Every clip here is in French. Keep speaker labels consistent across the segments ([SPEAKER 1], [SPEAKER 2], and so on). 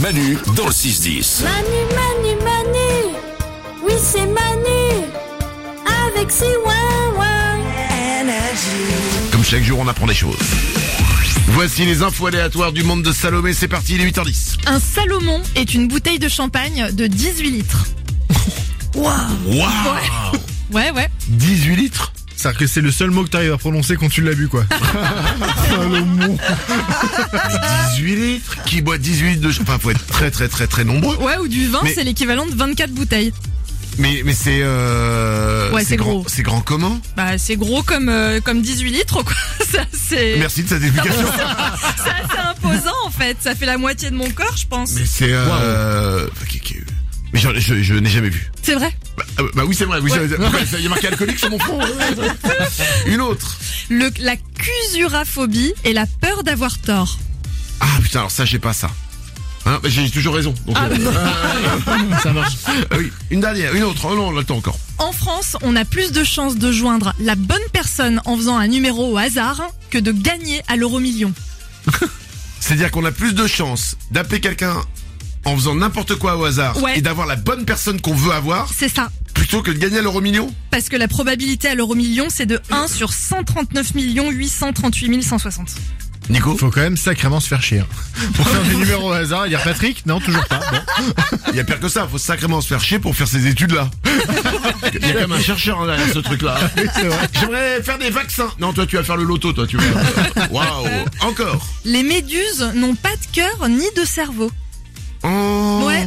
[SPEAKER 1] Manu dans le 6-10.
[SPEAKER 2] Manu, Manu, Manu, oui c'est Manu, avec ses ouin ouin.
[SPEAKER 3] Comme chaque jour, on apprend des choses. Voici les infos aléatoires du monde de Salomé. C'est parti, il est 8h10.
[SPEAKER 4] Un Salomon est une bouteille de champagne de 18 litres.
[SPEAKER 3] Waouh
[SPEAKER 4] Ouais, ouais.
[SPEAKER 3] 18 litres
[SPEAKER 5] C'est-à-dire que c'est le seul mot que t'arrives à prononcer quand tu l'as bu, quoi. Salomon.
[SPEAKER 3] Mais 18 litres Qui boit 18 litres de champagne Enfin, faut être très très très très nombreux.
[SPEAKER 4] Ouais, ou du vin,
[SPEAKER 3] Mais-
[SPEAKER 4] c'est l'équivalent de 24 bouteilles.
[SPEAKER 3] Mais, mais c'est... Euh,
[SPEAKER 4] Ouais, c'est
[SPEAKER 3] grand-
[SPEAKER 4] gros.
[SPEAKER 3] C'est grand comment
[SPEAKER 4] Bah, c'est gros comme, euh, comme 18 litres, quoi. Ça, c'est.
[SPEAKER 3] Merci de cette explication.
[SPEAKER 4] Ça, c'est imposant, en fait. Ça fait la moitié de mon corps, je pense.
[SPEAKER 3] Mais c'est... Euh, enfin, qui- qui- Mais j'en- je, je n'ai jamais vu.
[SPEAKER 4] C'est vrai.
[SPEAKER 3] Bah, euh, bah oui, c'est vrai. Oui,
[SPEAKER 4] Ouais.
[SPEAKER 3] ça- pourquoi ça- il y a marqué alcoolique sur mon front. Une autre.
[SPEAKER 4] Le, la cusuraphobie et la peur d'avoir tort.
[SPEAKER 3] Ah putain, alors ça, j'ai pas ça. Hein, bah, j'ai toujours raison. donc, euh,
[SPEAKER 5] Ça marche.
[SPEAKER 3] Ah oui, une dernière, une autre. Oh non, on a le temps encore.
[SPEAKER 4] En France, on a plus de chances de joindre la bonne personne en faisant un numéro au hasard que de gagner à l'euro million.
[SPEAKER 3] C'est-à-dire qu'on a plus de chances d'appeler quelqu'un en faisant n'importe quoi au hasard
[SPEAKER 4] Ouais.
[SPEAKER 3] et d'avoir la bonne personne qu'on veut avoir
[SPEAKER 4] C'est ça.
[SPEAKER 3] plutôt que de gagner à l'euro million
[SPEAKER 4] Parce que la probabilité à l'euro million, c'est de 1 sur 139 838 160.
[SPEAKER 3] Nico
[SPEAKER 5] Faut quand même sacrément se faire chier. hein. Pour faire des numéros au hasard, il y a Patrick Non, toujours pas. Bon.
[SPEAKER 3] Il y a pire que ça, faut sacrément se faire chier pour faire ces études-là. Il y a quand même un chercheur derrière ce truc-là. J'aimerais faire des vaccins. Non, toi, tu vas faire le loto, toi, tu vas. Waouh Encore
[SPEAKER 4] Les méduses n'ont pas de cœur ni de cerveau.
[SPEAKER 3] Oh.
[SPEAKER 4] Ouais.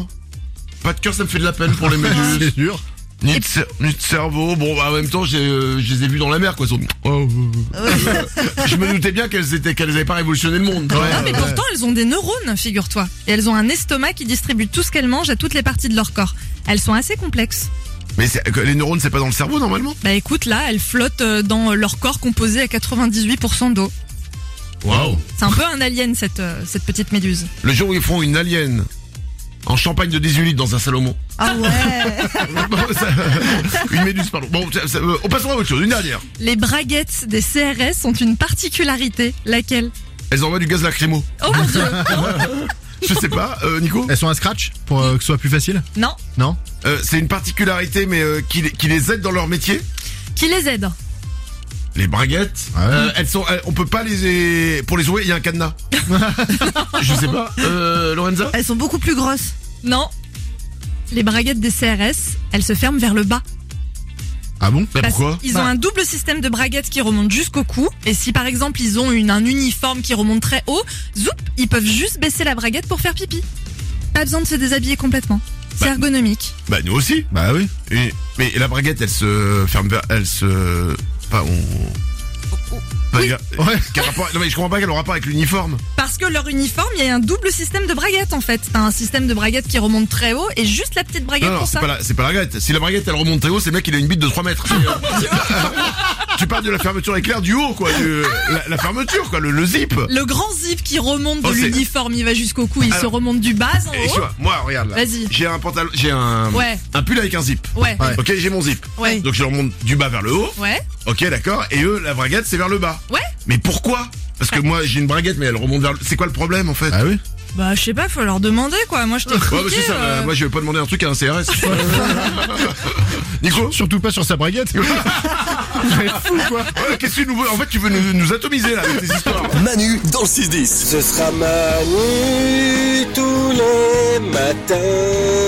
[SPEAKER 3] Pas de cœur, ça me fait de la peine pour les méduses.
[SPEAKER 5] C'est dur.
[SPEAKER 3] Ni de, cer- ni de cerveau. Bon, bah, en même temps, j'ai, euh, je les ai vus dans la mer, quoi. Ils sont- Oh, euh, euh. je me doutais bien qu'elles étaient, qu'elles avaient pas révolutionné le monde.
[SPEAKER 4] non, Ah,
[SPEAKER 6] Euh.
[SPEAKER 4] mais pourtant, elles ont des neurones, figure-toi. Et elles ont un estomac qui distribue tout ce qu'elles mangent à toutes les parties de leur corps. Elles sont assez complexes.
[SPEAKER 3] Mais c'est- que les neurones, c'est pas dans le cerveau, normalement
[SPEAKER 4] Bah écoute, là, elles flottent euh, dans leur corps composé à 98% d'eau.
[SPEAKER 3] Waouh
[SPEAKER 4] C'est un peu un alien, cette, euh, cette petite méduse.
[SPEAKER 3] Le jour où ils font une alien en champagne de 18 litres dans un Salomon.
[SPEAKER 4] Ah ouais
[SPEAKER 3] Bon, ça- une méduse, pardon. Bon, ça- ça- euh, on passera à autre chose, une dernière.
[SPEAKER 4] Les braguettes des CRS sont une particularité. Laquelle
[SPEAKER 3] Elles envoient du gaz lacrymo.
[SPEAKER 4] Oh mon dieu
[SPEAKER 3] Je sais pas, euh, Nico
[SPEAKER 5] Elles sont à scratch pour euh, que ce soit plus facile
[SPEAKER 4] Non,
[SPEAKER 5] Non
[SPEAKER 3] Euh, C'est une particularité, mais euh, qui, les- qui les aide dans leur métier
[SPEAKER 4] qui les aide
[SPEAKER 3] Les braguettes,
[SPEAKER 5] Ouais.
[SPEAKER 3] euh, elles sont, elles- on peut pas les, euh, pour les jouer, il y a un cadenas. je sais pas, euh, Lorenza.
[SPEAKER 6] Elles sont beaucoup plus grosses.
[SPEAKER 4] Non. Les braguettes des CRS, elles se ferment vers le bas.
[SPEAKER 5] Ah bon
[SPEAKER 3] Mais
[SPEAKER 4] Parce
[SPEAKER 3] Bah, pourquoi
[SPEAKER 4] Ils ont un double système de braguettes qui remonte jusqu'au cou. Et si par exemple ils ont une, un uniforme qui remonte très haut, zoup, ils peuvent juste baisser la braguette pour faire pipi. Pas besoin de se déshabiller complètement. C'est
[SPEAKER 3] Bah.
[SPEAKER 4] ergonomique.
[SPEAKER 3] Bah nous aussi.
[SPEAKER 5] Bah oui.
[SPEAKER 3] Et- mais la braguette, elle se ferme, vers- elle se, enfin on. Enfin, il y a-
[SPEAKER 5] Ouais.
[SPEAKER 3] quel rapport- non mais je comprends pas quel rapport avec l'uniforme.
[SPEAKER 4] Parce que leur uniforme, il y a un double système de braguettes en fait. T'as un système de braguettes qui remonte très haut et juste la petite braguette
[SPEAKER 3] Non, non,
[SPEAKER 4] pour
[SPEAKER 3] c'est
[SPEAKER 4] ça.
[SPEAKER 3] pas, la, c'est pas la braguette. Si la braguette elle remonte très haut, c'est le mec il a une bite de 3 mètres. C'est, euh, tu parles de la fermeture éclair du haut quoi, du- la, la fermeture quoi, le, le zip.
[SPEAKER 4] Le grand zip qui remonte de
[SPEAKER 3] Oh, c'est-
[SPEAKER 4] l'uniforme, il va jusqu'au cou, il
[SPEAKER 3] Alors-
[SPEAKER 4] se remonte du bas en
[SPEAKER 3] Et tu
[SPEAKER 4] haut.
[SPEAKER 3] vois, moi regarde là.
[SPEAKER 4] Vas-y.
[SPEAKER 3] J'ai un pantalon, j'ai un,
[SPEAKER 4] Ouais.
[SPEAKER 3] un pull avec un zip.
[SPEAKER 4] Ouais,
[SPEAKER 5] Ouais.
[SPEAKER 3] Ok, j'ai mon zip.
[SPEAKER 4] Ouais.
[SPEAKER 3] Donc je le remonte du bas vers le haut.
[SPEAKER 4] ouais,
[SPEAKER 3] Ok, d'accord. Et eux, la braguette, c'est vers le bas.
[SPEAKER 4] ouais.
[SPEAKER 3] Mais pourquoi Parce que moi, j'ai une braguette, mais elle remonte vers. le... C'est quoi le problème en fait
[SPEAKER 5] Bah oui.
[SPEAKER 4] Bah, je sais pas, faut leur demander quoi. Moi, je t'ai
[SPEAKER 3] Ouais, mais c'est ça. euh, Moi, je vais pas demander un truc à un CRS. Nico.
[SPEAKER 5] Surtout pas sur sa braguette.
[SPEAKER 3] Ouais, Qu'est-ce que tu nous veux En fait, tu veux nous, nous atomiser là avec tes histoires.
[SPEAKER 1] Manu dans le 6-10.
[SPEAKER 7] Ce sera Manu tous les matins.